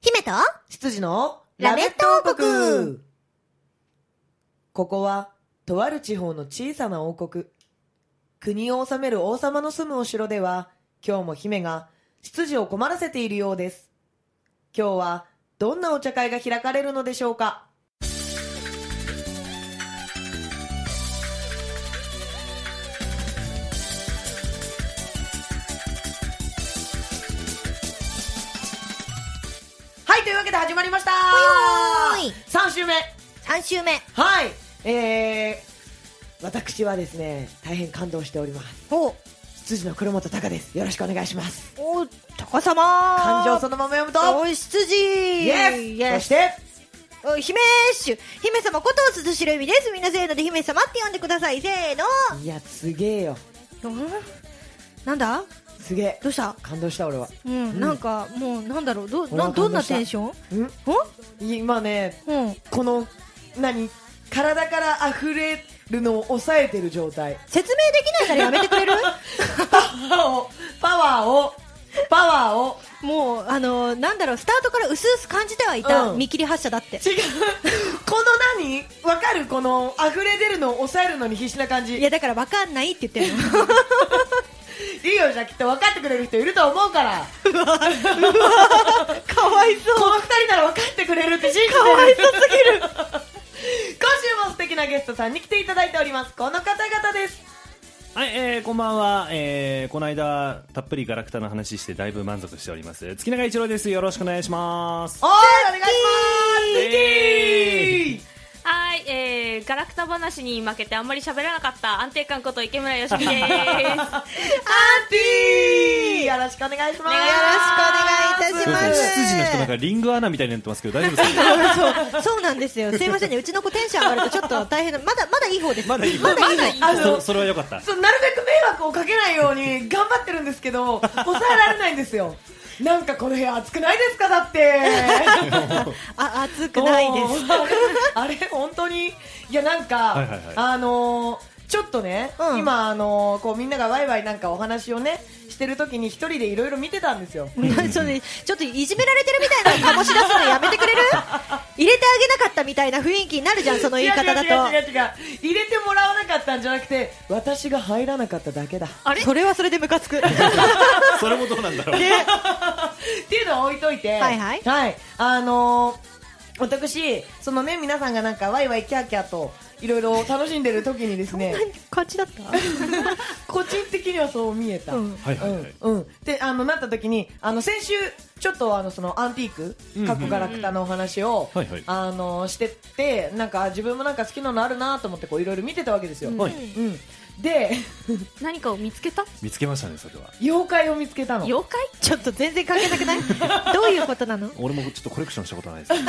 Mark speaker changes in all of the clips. Speaker 1: 姫と
Speaker 2: 羊の
Speaker 1: ラメット王国
Speaker 2: ここはとある地方の小さな王国国を治める王様の住むお城では今日も姫が執事を困らせているようです今日はどんなお茶会が開かれるのでしょうかはいというわけで始まりました
Speaker 1: ほいほい
Speaker 2: 3週目
Speaker 1: 3週目
Speaker 2: はい、えー、私はですね、大変感動しております。
Speaker 1: お
Speaker 2: 羊の黒本隆です。よろしくお願いします。
Speaker 1: お高様
Speaker 2: 感情そのまま読むと、
Speaker 1: お羊
Speaker 2: イエスそして、
Speaker 1: お姫主姫様こと涼しるみですみんなせーので姫様って呼んでくださいせーの
Speaker 2: いや、すげえよ。
Speaker 1: うんなんだ
Speaker 2: すげえ。
Speaker 1: どうした
Speaker 2: 感動した俺は。
Speaker 1: うん、
Speaker 2: ん
Speaker 1: なんかもうなんだろうど
Speaker 2: 俺は
Speaker 1: な
Speaker 2: 感動
Speaker 1: どんな
Speaker 2: した
Speaker 1: テンション
Speaker 2: ん今ね、
Speaker 1: うんうん
Speaker 2: この、何体から溢れるのを抑えてる状態。
Speaker 1: 説明できないからやめてく れる
Speaker 2: パワーを、パワーを、パワーを、
Speaker 1: もうあのーなんだろうスタートから薄々感じてはいた、
Speaker 2: うん
Speaker 1: 見切り発車だって
Speaker 2: 違う。この何わかるこの、溢れ出るのを抑えるのに必死な感じ。
Speaker 1: いやだからわかんないって言ってるの
Speaker 2: いいよじゃあきっと分かってくれる人いると思うから
Speaker 1: かわいそう
Speaker 2: この二人なら分かってくれるって信じてるかわいそすぎる今週も素敵なゲストさんに来ていただいておりますこの方々です
Speaker 3: はい、えー、こんばんは、えー、この間たっぷりガラクタの話してだいぶ満足しております月永一郎ですよろしくお願いします
Speaker 2: おーいお願いします
Speaker 3: え
Speaker 2: 素敵
Speaker 4: はい、えー、ガラクタ話に負けてあんまり喋らなかった安定感こと池村よしみです。よろしくお願い
Speaker 2: アンティーよろしくお願いします
Speaker 4: お願い
Speaker 1: よろしくお願いいた
Speaker 3: すいません
Speaker 1: します
Speaker 3: 執事の人なんかリングアナみたいになってますけど大丈夫で すか
Speaker 1: そうそうなんですよすいませんねうちの子テンション上がるとちょっと大変なまだまだいい方です
Speaker 3: まだいい方
Speaker 1: まだいい方
Speaker 2: あの
Speaker 3: そそれはよかった
Speaker 2: そうなるべく迷惑をかけないように頑張ってるんですけど抑えられないんですよなんかこの部屋暑くないですかだって
Speaker 1: あ熱くないです
Speaker 2: す。あれ本当にいやなんか、
Speaker 3: はいはいはい
Speaker 2: あのーちょっとね、
Speaker 1: うん
Speaker 2: 今あのーこうみんながワイワイなんかお話をねしてる時に一人でいろいろ見てたんですよ。
Speaker 1: そうね、ちょっといじめられてるみたいなの醸し出すのやめてくれる入れてあげなかったみたいな雰囲気になるじゃん、その言い方だ
Speaker 2: 違う違う違
Speaker 1: と。
Speaker 2: う違う入れてもらわなかったんじゃなくて私が入らなかっただけだ。
Speaker 4: あれ
Speaker 1: それはそれでムカつく。
Speaker 3: それもどうなんだ ろう
Speaker 2: っていうのは置いといて、
Speaker 1: はいはい
Speaker 2: あのー私そのね皆さんがなんかワイワイキャーキャーといろいろ楽しんでる時にで すね
Speaker 1: 感じだった
Speaker 2: 個人的にはそう見えた。
Speaker 1: うん
Speaker 3: はいはいはい、
Speaker 2: うん、うん、であのなった時にあの先週ちょっとあのそのアンティーク
Speaker 3: うん
Speaker 2: 過去ガラクタのお話を、
Speaker 3: はいはい
Speaker 2: あのしてってなんかあ自分もなんか好きなのあるなと思ってこういろいろ見てたわけですよ、うん
Speaker 3: はい
Speaker 2: で
Speaker 4: 何かを見つけた
Speaker 3: 見つけましたねそれは
Speaker 2: 妖怪を見つけたの
Speaker 4: 妖怪
Speaker 1: ちょっと全然関係なくない どういうことなの
Speaker 3: 俺もちょっとコレクションしたことないです、うん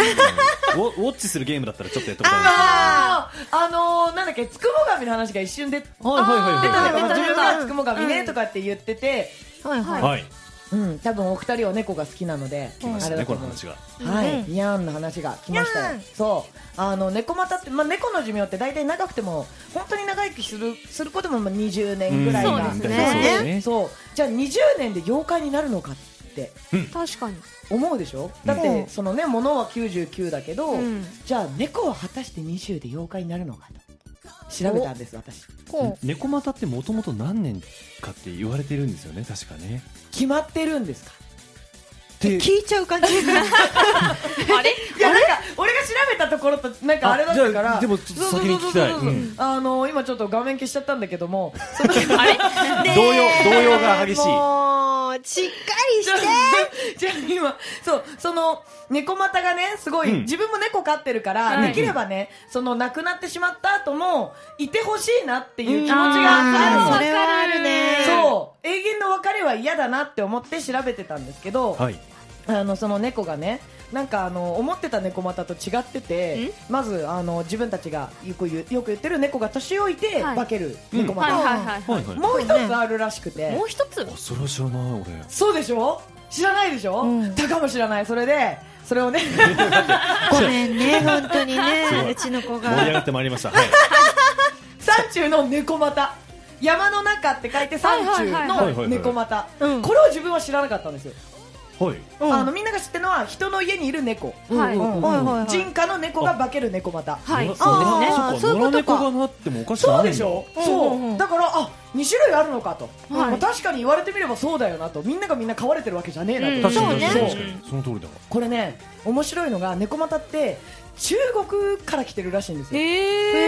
Speaker 3: ウォウォッチするゲームだったらちょっとやったことあ
Speaker 2: あーあのーなんだっけつくも神の話が一瞬で出
Speaker 3: るはいは
Speaker 2: た
Speaker 3: いは
Speaker 2: の
Speaker 3: い
Speaker 2: よ自
Speaker 4: 出た
Speaker 2: 分
Speaker 4: 出た
Speaker 2: がつくも神ねとかって言ってて、
Speaker 1: はいは。
Speaker 3: はいい、はい、
Speaker 2: うん、多分お二人お猫が好きなので
Speaker 3: 来ました
Speaker 2: あれ
Speaker 3: ね
Speaker 2: だと
Speaker 3: この
Speaker 2: 思う
Speaker 3: 話が
Speaker 2: はい、
Speaker 1: う
Speaker 2: ニャーンの話が来ました
Speaker 1: ニャー
Speaker 2: よ
Speaker 1: ン。
Speaker 2: そう、あの猫股って、まあ、猫の寿命って大体長くても、本当に長生きする、することもまあ20年ぐらい
Speaker 4: うん
Speaker 2: が。
Speaker 4: そううんです
Speaker 1: ね
Speaker 3: そうですね
Speaker 2: そう、じゃあ20年で妖怪になるのかって
Speaker 4: 確かに。
Speaker 2: 思うでしょだっ
Speaker 1: う
Speaker 2: て
Speaker 1: ん、
Speaker 2: そのね、物は99だけど、
Speaker 4: うん
Speaker 2: じゃあ猫は果たして20で妖怪になるのかと。調べたんです、私。
Speaker 1: こう
Speaker 3: 猫股ってもともと何年かって言われてるんですよね確かね
Speaker 2: 決まってるんですか。
Speaker 3: で
Speaker 1: 聞いちゃう感じ。
Speaker 4: あれ
Speaker 2: いや、なんか、俺が調べたところと、なんかあれだったか
Speaker 3: あじゃ
Speaker 2: ら。
Speaker 3: あでもちょっと先に聞きたい
Speaker 2: そうそうそうそう
Speaker 3: うん
Speaker 2: あの、今ちょっと画面消しちゃったんだけども。
Speaker 4: あれ
Speaker 3: 動揺動揺が激しい
Speaker 1: もう、しっかりして
Speaker 2: じゃあ今、そう、その、猫股がね、すごい、
Speaker 3: うん
Speaker 2: 自分も猫飼ってるから、
Speaker 4: はい
Speaker 2: できればね、その、亡くなってしまった後も、いてほしいなっていう気持ちが
Speaker 1: あー
Speaker 2: あ
Speaker 1: そ
Speaker 2: る
Speaker 1: れはあるね
Speaker 2: の。そう、永遠の別れは嫌だなって思って調べてたんですけど、
Speaker 3: はい
Speaker 2: あの、その猫がね、なんかあの思ってた猫股と違っててまずあの自分たちがよく言うよく言ってる猫が年老いて
Speaker 4: はい
Speaker 2: 化ける猫
Speaker 4: はい
Speaker 2: 股、
Speaker 4: はいはいは
Speaker 3: はいはい
Speaker 2: もう一つあるらしくて、
Speaker 4: い。もう一つ
Speaker 3: あそれは知らない俺
Speaker 2: そうでしょ知らないでしょ、
Speaker 1: うん
Speaker 2: たかも知らない。それで、それをね、
Speaker 1: ごめんね、本当に
Speaker 3: すご
Speaker 1: ね。
Speaker 3: いう
Speaker 1: ちの子
Speaker 3: 盛り上
Speaker 1: が。
Speaker 3: がってまいりました、はい、
Speaker 2: 山中の猫股。山の中って書いて山中の猫股
Speaker 1: いはいはいうん
Speaker 2: これを自分は知らなかったんですよ、
Speaker 3: はい
Speaker 1: うん
Speaker 2: あのみんなが知ってるのは人の家にいる猫、
Speaker 4: はい
Speaker 2: うん
Speaker 1: はいはいはい
Speaker 2: 人家の猫が化ける猫股
Speaker 4: はい
Speaker 3: 野良
Speaker 4: そうですね
Speaker 1: あー
Speaker 3: そ
Speaker 1: そうう
Speaker 3: か
Speaker 1: いう
Speaker 3: 野良
Speaker 1: こと
Speaker 3: 猫
Speaker 1: か
Speaker 3: がなってもおかしく
Speaker 2: そ
Speaker 3: ないん
Speaker 2: う
Speaker 3: だ
Speaker 2: でしょ、
Speaker 1: うんうんう
Speaker 2: そ
Speaker 1: ん
Speaker 2: うだからあ2種類あるのかと、
Speaker 4: はい
Speaker 2: まあ確かに言われてみればそうだよなとみんながみんな飼われてるわけじゃねえなと、
Speaker 4: うん
Speaker 3: 確か
Speaker 1: そう
Speaker 3: に
Speaker 1: ね
Speaker 3: 確かに確かにその通りだ
Speaker 2: これね面白いのが猫股って中国から来てるらしいんですよ、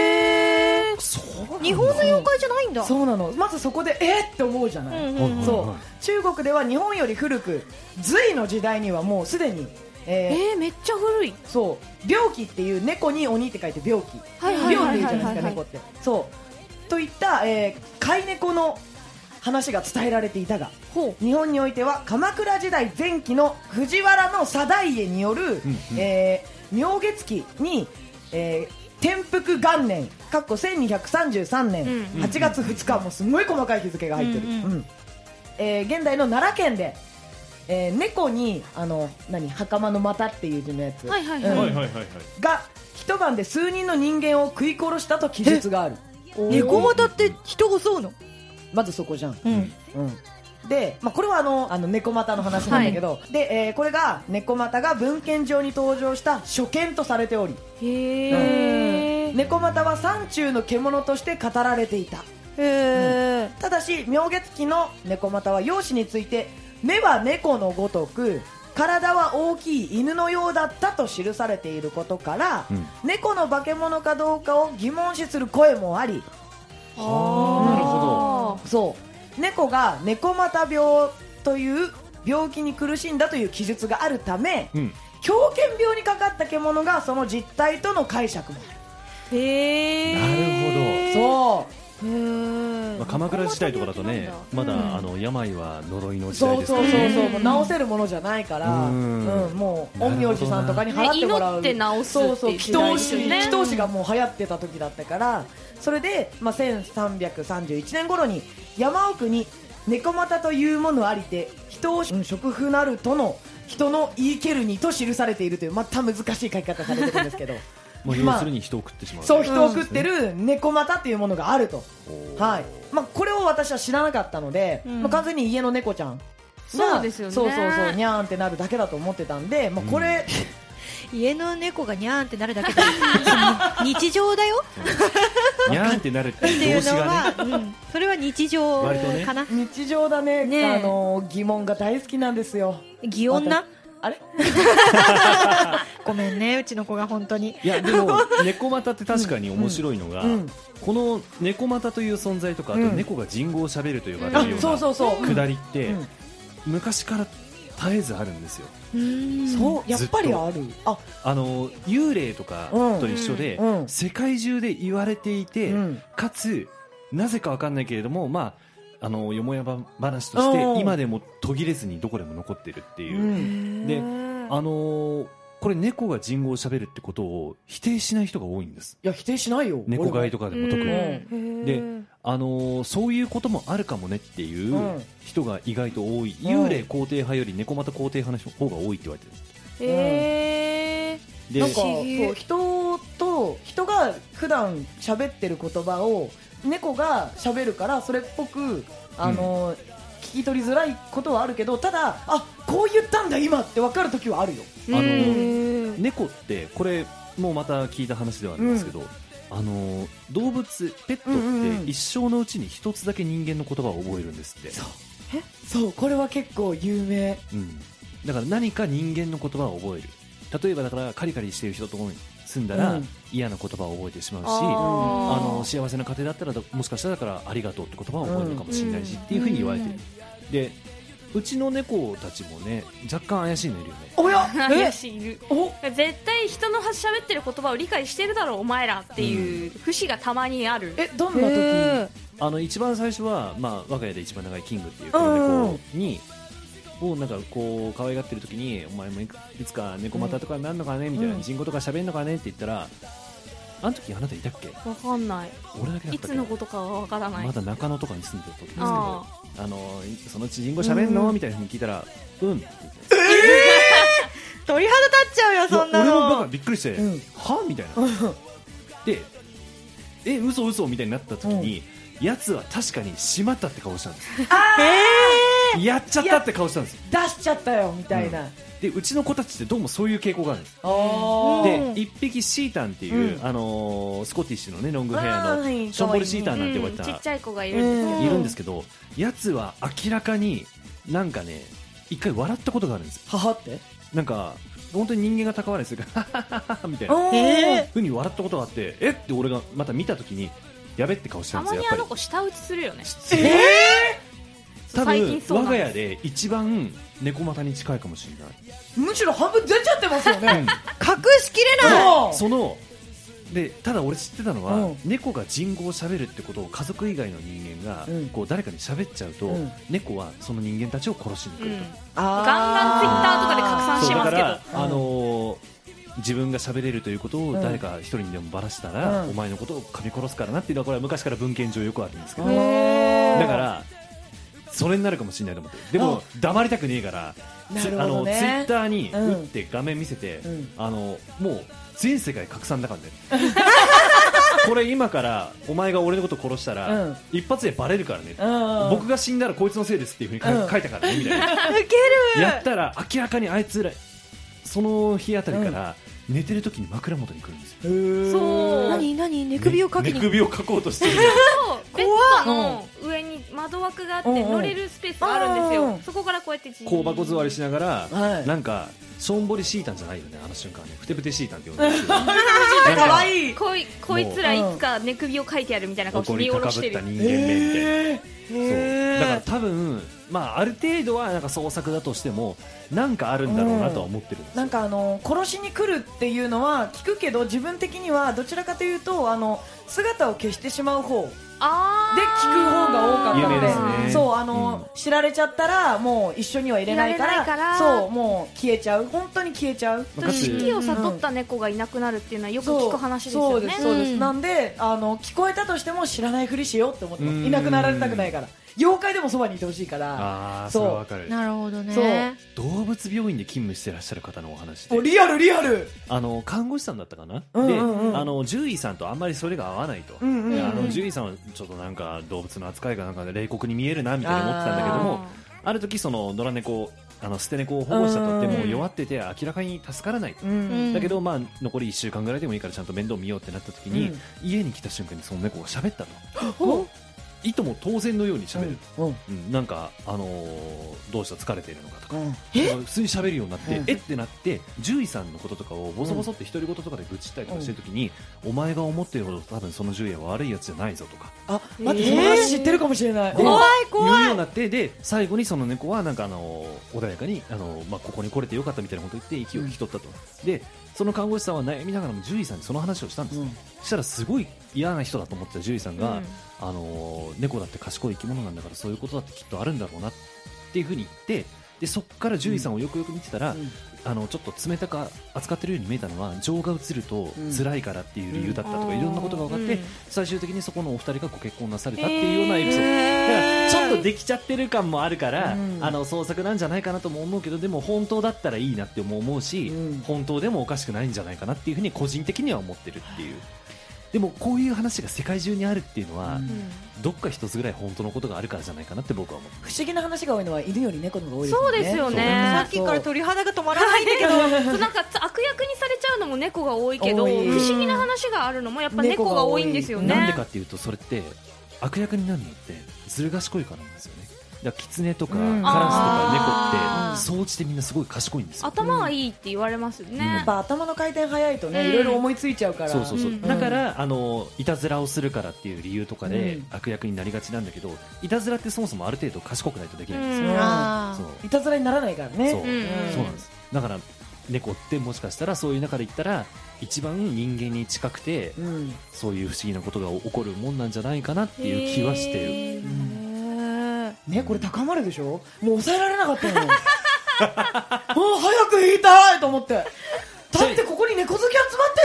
Speaker 1: へえ
Speaker 3: そう
Speaker 1: 日本の妖怪じゃないんだ
Speaker 2: そうなのまずそこでえっって思うじゃない、
Speaker 1: うん
Speaker 3: はいはいはい
Speaker 2: そう中国では日本より古く隋の時代にはもうすでに、え
Speaker 4: え
Speaker 2: ー
Speaker 4: ー、めっちゃ古い
Speaker 2: そう病気っていう猫に鬼って書いて病気
Speaker 4: はいはい
Speaker 2: 病っ
Speaker 4: は
Speaker 2: て
Speaker 4: い
Speaker 2: 言う
Speaker 4: は
Speaker 2: じゃないです
Speaker 4: い
Speaker 2: か猫ってそうといった、えー飼い猫の話が伝えられていたが日本においては鎌倉時代前期の藤原の定家による、
Speaker 3: んうん
Speaker 2: えー明月期に、えー天福元年かっこ1233年
Speaker 4: うん
Speaker 2: 8月2日、もうすごい細かい日付が入ってる、
Speaker 1: うんう
Speaker 2: うんえー現代の奈良県で、えー猫にあの何袴の股っていう字のやつ、
Speaker 4: はいはい
Speaker 3: はい
Speaker 4: は
Speaker 3: はいいはいはい
Speaker 2: が一晩で数人の人間を食い殺したと記述がある
Speaker 1: 猫股って人を襲うの
Speaker 2: まずそこじゃん、
Speaker 1: うん
Speaker 2: うん、で、まあ、これはあのあの猫股の話なんだけど、でえーこれが猫股が文献上に登場した初見とされており
Speaker 4: へえ
Speaker 2: 猫股は山中の獣として語られていた
Speaker 1: へえ
Speaker 2: ただし明月期の猫股は容姿について目は猫のごとく体は大きい犬のようだったと記されていることから、
Speaker 3: うん
Speaker 2: 猫の化け物かどうかを疑問視する声もあり
Speaker 3: ああなるほど
Speaker 2: そう猫が猫股病という病気に苦しんだという記述があるため、
Speaker 3: うん
Speaker 2: 狂犬病にかかった獣がその実態との解釈もある、
Speaker 4: へ
Speaker 3: なる
Speaker 4: え
Speaker 2: そう
Speaker 3: まあ鎌倉時代とかだとねまだあの病は呪いの時代
Speaker 2: そう
Speaker 3: です
Speaker 2: そ
Speaker 3: か
Speaker 2: う
Speaker 3: ら
Speaker 2: そう
Speaker 3: ね
Speaker 2: そう、もう直せるものじゃないから、
Speaker 3: う
Speaker 2: うんん、もう陰陽師さんとかに払ってもらう、
Speaker 4: ね祈って治すって
Speaker 2: そ
Speaker 4: い
Speaker 2: ううそう、祈
Speaker 4: 時代
Speaker 2: 祷
Speaker 4: です
Speaker 2: 師、
Speaker 4: よね
Speaker 2: 祈祷師がもう流行ってた時だったから、それで、まあ、1331年頃に山奥に猫股というものありて、人を食不なるとの人の言いけるにと記されているという、また難しい書き方されてるん ですけど。
Speaker 3: もう要するに人を食ってしまう
Speaker 2: そう人を食ってる猫股っていうものがあると、はいまあ、これを私は知らなかったので、
Speaker 4: うん
Speaker 2: まあ、完全に家の猫ちゃんが
Speaker 4: そうですよね
Speaker 2: そうそうそうにゃーんってなるだけだと思ってたんで、まあ、これ、
Speaker 1: 家の猫がにゃーんってなるだけで 日常だよ
Speaker 3: にゃーんってなるって
Speaker 1: っ
Speaker 3: い
Speaker 1: ていう
Speaker 3: 動
Speaker 1: う
Speaker 3: 詞
Speaker 1: の
Speaker 3: が
Speaker 1: は
Speaker 3: ね、
Speaker 1: うんそれは日常
Speaker 3: 割とね
Speaker 1: かな
Speaker 2: 日常だね
Speaker 1: ねえ
Speaker 2: あのー疑問が大好きなんですよ
Speaker 1: 擬音な
Speaker 2: 私あれ
Speaker 1: ごめんねうちの子が本当に
Speaker 3: いやでも猫股って確かに面白いのが、
Speaker 2: うんうん
Speaker 3: この猫股という存在とかあと
Speaker 2: うん
Speaker 3: 猫が人語を喋ると呼ば
Speaker 2: あ
Speaker 3: れるよう
Speaker 2: そう
Speaker 3: な
Speaker 2: そうそう、
Speaker 3: くだりって、
Speaker 2: うん
Speaker 3: 昔から絶えずあるんですよ
Speaker 2: そうやっぱりあるあ
Speaker 3: あの幽霊とかと一緒で、
Speaker 2: うんうん
Speaker 3: 世界中で言われていて、
Speaker 2: うん
Speaker 3: かつなぜかわかんないけれどもまああのよもやま話として、
Speaker 2: うん
Speaker 3: 今でも途切れずにどこでも残ってるって
Speaker 2: う
Speaker 3: いう、
Speaker 2: ん
Speaker 3: であのーこれ猫が人語を喋るってことを否定しない人が多いんです
Speaker 2: いや否定しないよ
Speaker 3: 猫飼い
Speaker 2: と
Speaker 3: とかでも特に、
Speaker 4: う
Speaker 2: うんん
Speaker 3: であのーそういうこともあるかもねっていう
Speaker 2: うん
Speaker 3: 人が意外と多い、
Speaker 2: うん
Speaker 3: 幽霊肯定派より猫股肯定派の人方が多いって言われて
Speaker 4: へえ
Speaker 3: る
Speaker 2: なんか
Speaker 3: で
Speaker 2: そ
Speaker 4: 不思議
Speaker 2: う人と人が普段喋ってる言葉を猫が喋るからそれっぽくあの、聞き取りづらいことはあるけどただあこう言ったんだ今って分かる時はあるよ
Speaker 3: あの
Speaker 4: うん
Speaker 3: 猫ってこれもうまた聞いた話ではあるんですけど、あのー動物ペット
Speaker 2: うんうん
Speaker 3: っ
Speaker 2: うん
Speaker 3: て一生のうちに一つだけ人間の言葉を覚えるんですって、
Speaker 2: そうこれは結構有名
Speaker 3: うんだから何か人間の言葉を覚える例えばだからカリカリしてる人と住んだら、
Speaker 2: うん
Speaker 3: 嫌な言葉を覚えてしまうしあ
Speaker 4: あ
Speaker 3: の
Speaker 4: ー
Speaker 3: 幸せな家庭だったらだもしかしたらだからありがとうって言葉を覚えるのかもしれないし、
Speaker 4: うん
Speaker 3: っていうふうに言われてる、でうちの猫たちもね若干怪しいのいるよね
Speaker 2: おやえ
Speaker 4: 怪し いいる
Speaker 2: お
Speaker 4: 絶対人の喋ってる言葉を理解してるだろうお前らっていう節がたまにある
Speaker 2: えどんな時、
Speaker 3: あの一番最初は、まあ、我が家で一番長いキングっていう
Speaker 2: う
Speaker 3: こ
Speaker 2: んうんう
Speaker 3: の
Speaker 2: ん
Speaker 3: 猫に、をなんかこう可愛がってる時にお前もいくいつか猫股とかになるのかねみたいな、
Speaker 2: うん
Speaker 3: 人語とか喋るのかねって言ったらあの時あなたいたっけ
Speaker 4: わかんない
Speaker 3: 俺だけだ
Speaker 4: い
Speaker 3: ったっ
Speaker 4: つ
Speaker 3: け
Speaker 4: のことかはわからない
Speaker 3: まだ中野とかに住んでた時ですけど
Speaker 4: あ
Speaker 3: あのそのうち人語喋んの、みたいなふうに聞いたらうんって言って
Speaker 1: 鳥肌立っちゃうよそんない
Speaker 3: や俺もなん
Speaker 1: の
Speaker 3: かびっくりして、
Speaker 2: うん
Speaker 3: はみたいなでえ嘘嘘みたいになった時に、やつは確かにしまったって顔したんです
Speaker 2: あ
Speaker 3: やっちゃったって顔したんですよ
Speaker 2: ー出しちゃったよみたいな、
Speaker 3: でうちの子たちってどうもそういう傾向があるんです
Speaker 2: おー
Speaker 1: うん
Speaker 3: で一匹シータンっていう、
Speaker 2: うん
Speaker 3: あのースコティッシュのねロングヘア
Speaker 2: あーはい
Speaker 3: のションボルシータンなんて呼ばれ
Speaker 4: うん
Speaker 3: た
Speaker 4: ちっちゃい子がいるんですよ
Speaker 2: う
Speaker 3: いるんですけどやつは明らかになんかね一回笑ったことがあるんですよ
Speaker 2: 母って
Speaker 3: なんか本当に人間が高笑いするから みたいな
Speaker 2: おー
Speaker 1: え
Speaker 3: ふうに笑ったことがあってえって俺がまた見たときにやべって顔した
Speaker 4: た
Speaker 3: んです
Speaker 4: ま
Speaker 3: よ
Speaker 4: に
Speaker 3: やっぱ
Speaker 4: あ
Speaker 3: り
Speaker 4: の子舌打ちするよね
Speaker 3: 多
Speaker 4: 最近
Speaker 3: 分
Speaker 4: そう
Speaker 3: 我
Speaker 4: なん
Speaker 3: が
Speaker 4: です
Speaker 3: 家で一番猫股に近いかもしれ
Speaker 2: むしろ半分出ちゃってますよ
Speaker 3: ない、
Speaker 2: ね
Speaker 1: 隠しきれない
Speaker 2: そう
Speaker 3: そのでただ俺知ってたのは、
Speaker 2: うん
Speaker 3: 猫が人語を喋るってことを家族以外の人間が、
Speaker 2: うん
Speaker 3: こう誰かに喋っちゃうと、
Speaker 2: うん
Speaker 3: 猫はその人間たちを殺しに来
Speaker 4: う
Speaker 3: る
Speaker 4: ん
Speaker 3: と、
Speaker 2: ガ
Speaker 4: ガンガンツイッターとかで拡散
Speaker 3: そう
Speaker 4: し
Speaker 3: だ
Speaker 4: ま
Speaker 3: か
Speaker 4: すけ
Speaker 3: ら、
Speaker 2: うん
Speaker 3: あのー自分が喋れるということを
Speaker 2: うん
Speaker 3: 誰か一人にでもばらしたら、
Speaker 2: うん
Speaker 3: お前のことを噛み殺すからなっていうのはこれは昔から文献上よくあるんですけど、
Speaker 1: うん
Speaker 3: だからそれになるかもしれないと思ってでも黙りたくねえから
Speaker 2: な
Speaker 3: つ
Speaker 2: る
Speaker 3: あ
Speaker 2: ほど
Speaker 3: のツイ
Speaker 2: ね
Speaker 3: ッターに
Speaker 2: うん
Speaker 3: 打って画面見せて、
Speaker 2: うん
Speaker 3: あのもう全世界拡散だから ねこれ今からお前が俺のこと殺したら、
Speaker 2: うん
Speaker 3: 一発でバレるからね、
Speaker 2: うん
Speaker 3: 僕が死んだらこいつのせいですっていうふうに書い
Speaker 2: うん
Speaker 3: 書いたからね みたいな
Speaker 1: ウケる
Speaker 3: やったら明らかにあいつらその日あたりから寝てる時に枕元に来るんですよ、
Speaker 2: へー
Speaker 4: そう
Speaker 1: 何何寝首をかけ
Speaker 3: ね
Speaker 1: に
Speaker 3: 寝首をかこうとしてる
Speaker 4: そうベッドの上に窓枠があって
Speaker 2: うんうん
Speaker 4: 乗れるスペースがあるんです
Speaker 2: うんう
Speaker 4: よ
Speaker 2: ん
Speaker 4: そこからこうやってじーっと
Speaker 3: 香箱座りしながら、
Speaker 2: はい
Speaker 3: なんかしょんぼりシータンじゃないよねあの瞬間はねふてぶてシータンって呼んでる んですけど
Speaker 2: かわいい
Speaker 4: こいこいつらいつか寝首をかいてやるみたいな顔して
Speaker 3: 怒
Speaker 4: 見
Speaker 3: り
Speaker 4: 下
Speaker 3: か
Speaker 4: ろ
Speaker 3: かぶっ
Speaker 4: してる
Speaker 3: た人間めみたいな、
Speaker 2: へ
Speaker 3: そう
Speaker 2: ー
Speaker 3: だから多分、まあ、ある程度はなんか創作だとしてもなんかあるんだろうなとは思ってるんですよ、
Speaker 2: なんかあの殺しに来るっていうのは聞くけど自分的にはどちらかというとあの姿を消してしまう方で
Speaker 4: あー
Speaker 2: 聞く方が多かった
Speaker 3: 有名です
Speaker 2: ので
Speaker 3: ね
Speaker 2: そうあの知られちゃったらもう一緒にはいれないか
Speaker 4: いられないから
Speaker 2: らそうもう消えちゃう本当に消えちゃう
Speaker 3: まあかつ
Speaker 4: 四季を悟った猫がいなくなるっていうのはよく聞く話です
Speaker 2: そ
Speaker 4: よ
Speaker 2: うで
Speaker 4: ね
Speaker 2: すそうです、
Speaker 1: うん
Speaker 2: なんであの聞こえたとしても知らないふりしようって思ってます
Speaker 3: うん
Speaker 2: いなくなられたくないから妖怪でもそばにいてほしいから
Speaker 3: ああ
Speaker 2: そう
Speaker 3: それはわかる
Speaker 1: なるほどね
Speaker 2: そう
Speaker 3: 動物病院で勤務してらっしゃる方のお話で
Speaker 2: おリアルリアル
Speaker 3: あの看護師さんだったかな、
Speaker 2: うんうんうん
Speaker 3: であの獣医さんとあんまりそれが合わないと、
Speaker 2: うんうんうん
Speaker 3: であの獣医さんはちょっとなんか動物の扱いがなんか冷酷に見えるなみたいに思ってたんだけどもある時その野良猫あの捨て猫を保護したとっても
Speaker 4: うん
Speaker 3: 弱ってて明らかに助からないと、
Speaker 2: うん
Speaker 3: だけどまあ残り1週間ぐらいでもいいからちゃんと面倒見ようってなった時に、
Speaker 2: うん
Speaker 3: 家に来た瞬間にその猫が喋ったの、
Speaker 2: ほ
Speaker 3: いとも当然のように喋る、
Speaker 2: うんうん
Speaker 3: うんなんか、あのーどうした疲れているのかとか
Speaker 2: う、ん
Speaker 3: 普通に喋るようになって、
Speaker 2: うん
Speaker 3: えってなって獣医さんのこととかをボソボソって独り言とかで愚痴ったりとかしてるときに、お前が思ってるほど多分その獣医は悪いやつじゃないぞとか
Speaker 2: あ待ってその話知ってるかもしれ ない、
Speaker 3: で
Speaker 1: 怖い怖い
Speaker 3: 言うようになってで最後にその猫はなんかあの穏やかにあの、まあ、ここに来れてよかったみたいなことを言って息を引き取ったと、でその看護師さんは悩みながらも獣医さんにその話をしたんです、
Speaker 2: うん
Speaker 3: したらすごい嫌な人だと思ってた獣医さんが、
Speaker 4: うん
Speaker 3: あの猫だって賢い生き物なんだからそういうことだってきっとあるんだろうなっていうふうに言ってでそこから獣医さんをよくよく見てたら、
Speaker 2: うん
Speaker 3: あのちょっと冷たく扱ってるように見えたのは情が移ると辛いからっていう理由だったとか、
Speaker 4: うん
Speaker 3: いろんなことが分かって、
Speaker 4: うん
Speaker 3: 最終的にそこのお二人がご結婚なされたっていうようなエピソード、
Speaker 1: へー
Speaker 3: だからちょっとできちゃってる感もあるから、
Speaker 2: うん
Speaker 3: あの創作なんじゃないかなとも思うけどでも本当だったらいいなっても思うし、
Speaker 2: うん
Speaker 3: 本当でもおかしくないんじゃないかなっていうふうに個人的には思ってるっていうでもこういう話が世界中にあるっていうのは、
Speaker 2: うん
Speaker 3: どっか一つぐらい本当のことがあるからじゃないかなって僕は思う
Speaker 2: 不思議な話が多いのは犬より猫の方が多いです
Speaker 4: そ
Speaker 2: よ
Speaker 4: う
Speaker 2: ね
Speaker 4: ですよね
Speaker 1: さっきから鳥肌が止まらないんだけど
Speaker 4: そうなんかつ悪役にされちゃうのも猫が多いけど
Speaker 2: 多
Speaker 4: 不
Speaker 2: い
Speaker 4: 思議な話があるのもやっぱ猫が多いんですよね
Speaker 3: なんでかっていうとそれって悪役になるのってずる賢いからなんですよねだからキツネとかカラ
Speaker 2: う
Speaker 3: ス
Speaker 2: ん
Speaker 3: とか
Speaker 4: あー
Speaker 3: 猫って総じてみんなすごい賢いんですよ
Speaker 4: 頭はいいって言われますよ
Speaker 2: や
Speaker 4: ね
Speaker 2: っ、ぱ頭の回転早いとね、
Speaker 4: うん
Speaker 2: いろいろ思いついちゃうから
Speaker 3: そうそうそう、
Speaker 4: うん
Speaker 3: だからあのいたずらをするからっていう理由とかで
Speaker 2: うん
Speaker 3: 悪役になりがちなんだけどいたずらってそもそもある程度賢くないとできないんですよ、
Speaker 4: うん
Speaker 1: あ
Speaker 3: そう
Speaker 2: いたずらにならないからね
Speaker 3: そう,、
Speaker 4: うん
Speaker 3: そうなんですだから猫ってもしかしたらそういう中で言ったら一番人間に近くて
Speaker 2: うん
Speaker 3: そういう不思議なことが起こるもんなんじゃないかなっていう気はしてる、
Speaker 4: へー
Speaker 2: ねこれ高まるでしょもう抑えられなかった のもう早く言いたいと思ってだってここに猫好き集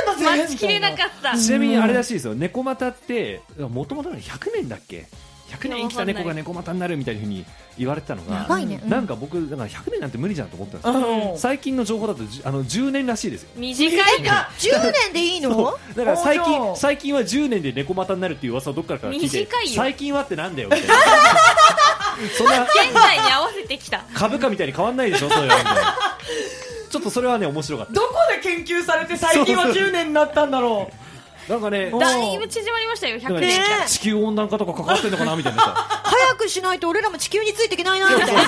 Speaker 2: まってんだぜ
Speaker 4: 待ちきれなかった
Speaker 3: ちなみにあれらしいですよ、猫股って、もともと100年だっけ100年生きた猫が猫股になるみたいなふうに言われてたの
Speaker 5: や
Speaker 3: が
Speaker 5: ばいね、う
Speaker 3: なんか僕だから100年なんて無理じゃんと思ってたんですよ
Speaker 2: うん
Speaker 3: 最近の情報だとじあの10年らしいですよ
Speaker 4: 短いな。
Speaker 1: 10年でいいの
Speaker 3: そうだから最
Speaker 2: あそう
Speaker 3: 近最近は10年で猫股になるっていう噂をどっからから聞いて
Speaker 4: 短いよ
Speaker 3: 最近はってなんだよみた いなそんな
Speaker 4: 現代に合わせてきた。
Speaker 3: 株価みたいに変わんないでしょそういうのみたいなちょっとそれはね面白かっ
Speaker 2: どこで研究されて最近は10年になったんだろう
Speaker 3: たなんかね
Speaker 2: お
Speaker 4: だいぶ縮まりましたよ、100
Speaker 3: ね
Speaker 4: 年来たら。
Speaker 3: 地球温暖化とか関わってんのかなみたいなさ
Speaker 1: 早くしないと俺らも地球についていけないなみたいな